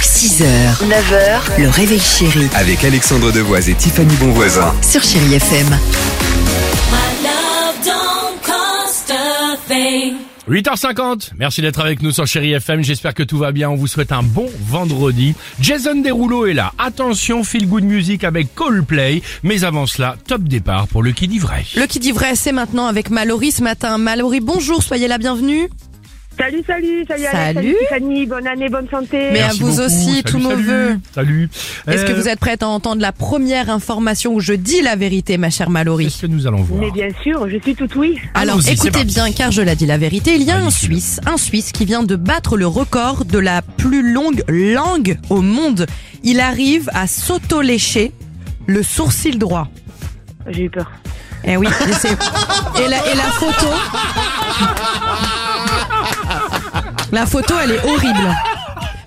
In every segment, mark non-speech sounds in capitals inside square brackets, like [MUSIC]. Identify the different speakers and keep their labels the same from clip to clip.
Speaker 1: 6h, 9h, le réveil chéri
Speaker 2: Avec Alexandre Devoise et Tiffany Bonvoisin.
Speaker 1: sur Chérie FM.
Speaker 3: 8h50, merci d'être avec nous sur Chéri FM, j'espère que tout va bien, on vous souhaite un bon vendredi. Jason Derulo est là, attention, feel good music avec Coldplay, mais avant cela, top départ pour le qui dit vrai.
Speaker 4: Le qui dit vrai, c'est maintenant avec Mallory ce matin. Mallory, bonjour, soyez la bienvenue.
Speaker 5: Salut, salut, salut,
Speaker 4: Salut.
Speaker 5: Alex, salut Tiffany, bonne année, bonne santé.
Speaker 4: Mais- à
Speaker 3: Merci
Speaker 4: vous
Speaker 3: beaucoup.
Speaker 4: aussi,
Speaker 3: Salut,
Speaker 4: tous nos
Speaker 3: salut.
Speaker 4: vœux.
Speaker 3: Salut. Euh,
Speaker 4: Est-ce que vous êtes prête à entendre la première information où je dis la vérité, ma chère Mallory
Speaker 3: Qu'est-ce que nous allons voir
Speaker 5: Mais bien sûr, je suis tout oui.
Speaker 4: Alors
Speaker 3: Allons-y, c'est
Speaker 4: écoutez
Speaker 3: parti.
Speaker 4: bien, car je la dis la vérité, il y a un
Speaker 3: Magnifique.
Speaker 4: Suisse, un Suisse qui vient de battre le record de la plus longue langue au monde. Il arrive à s'auto-lécher le sourcil droit.
Speaker 5: J'ai eu peur.
Speaker 4: Eh oui, et, c'est- et la, et la photo. La photo, elle est horrible.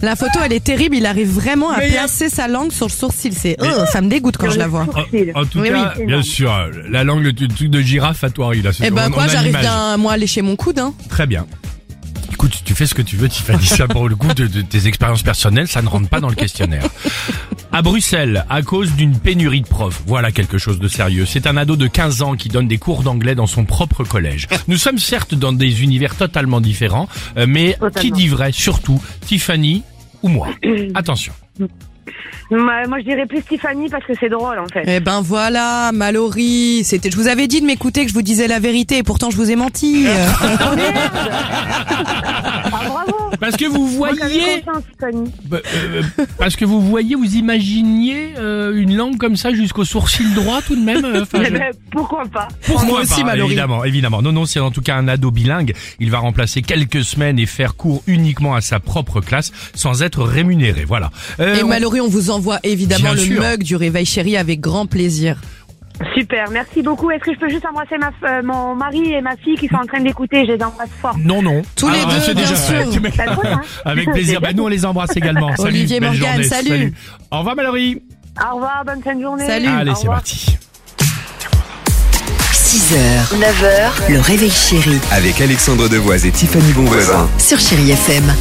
Speaker 4: La photo, elle est terrible. Il arrive vraiment à
Speaker 3: Mais il y a-
Speaker 4: placer sa langue sur le sourcil. C'est, Oh, ça me dégoûte quand je la vois.
Speaker 3: En, Euh, en tout
Speaker 4: Oui,
Speaker 3: cas,
Speaker 5: oui.
Speaker 3: bien sûr, euh, la langue, le t- truc de girafe à toi, là. c'est-
Speaker 4: Eh ben
Speaker 3: on- on
Speaker 4: quoi,
Speaker 3: a
Speaker 4: j'arrive
Speaker 3: l'image.
Speaker 4: bien moi à lécher mon coude. Hein.
Speaker 3: Très bien. Écoute, tu fais ce que tu veux, Tiffany. Ça, pour le coup, de, de tes expériences personnelles, ça ne rentre pas dans le questionnaire. À Bruxelles, à cause d'une pénurie de profs, voilà quelque chose de sérieux. C'est un ado de 15 ans qui donne des cours d'anglais dans son propre collège. Nous sommes certes dans des univers totalement différents, euh, mais qui
Speaker 5: Totalement.
Speaker 3: dit vrai, surtout Tiffany ou
Speaker 5: [CLEARS THROAT]
Speaker 3: moi Attention.
Speaker 5: Moi, moi, je dirais plus Tiffany parce que c'est drôle en fait.
Speaker 4: Eh ben voilà, Mallory. C'était, je vous avais dit de m'écouter, que je vous disais la vérité, et pourtant je vous ai
Speaker 3: [LAUGHS]
Speaker 4: menti. Euh,
Speaker 5: Ah, bravo
Speaker 3: Parce que vous
Speaker 5: Moi, j'avais
Speaker 3: voyez,
Speaker 5: confiance, Tiffany.
Speaker 3: Bah, euh, parce que vous voyez, vous imaginiez euh, une langue comme ça jusqu'au sourcil droit tout de même. euh, enfin,
Speaker 5: Eh
Speaker 3: je-
Speaker 5: ben, pourquoi pas
Speaker 3: Pourquoi
Speaker 4: Moi aussi,
Speaker 3: pas,
Speaker 4: Mallory.
Speaker 3: Évidemment, évidemment. Non, non, c'est en tout cas un ado bilingue. Il va remplacer quelques semaines et faire cours uniquement à sa propre classe sans être rémunéré. Voilà. Euh,
Speaker 4: Et
Speaker 3: on-
Speaker 4: Mallory, on vous envoie évidemment
Speaker 3: Bien
Speaker 4: le
Speaker 3: sûr.
Speaker 4: mug du réveil chéri avec grand plaisir.
Speaker 5: Super, merci beaucoup. Est-ce que je peux juste embrasser ma, f- euh, mon mari et ma fille qui sont en train d'écouter Je les embrasse fort.
Speaker 3: Non, non. Ah,
Speaker 4: Tous les deux,
Speaker 3: c'est
Speaker 4: bien
Speaker 3: déjà fait.
Speaker 4: sûr.
Speaker 5: C'est drôle, hein
Speaker 3: Avec plaisir. Bah, nous, on les embrasse
Speaker 4: [LAUGHS]
Speaker 3: également. Salut,
Speaker 4: Olivier
Speaker 3: belle
Speaker 4: Morgane,
Speaker 3: journée.
Speaker 4: salut.
Speaker 3: Au revoir, Mallory.
Speaker 5: Au revoir, bonne fin de journée.
Speaker 4: Salut.
Speaker 3: Allez,
Speaker 5: Au
Speaker 3: c'est
Speaker 5: revoir.
Speaker 3: parti.
Speaker 1: 6h, 9h, le réveil chéri
Speaker 2: Avec Alexandre Devoise et Tiffany Bonvoisin.
Speaker 1: sur Chérie FM.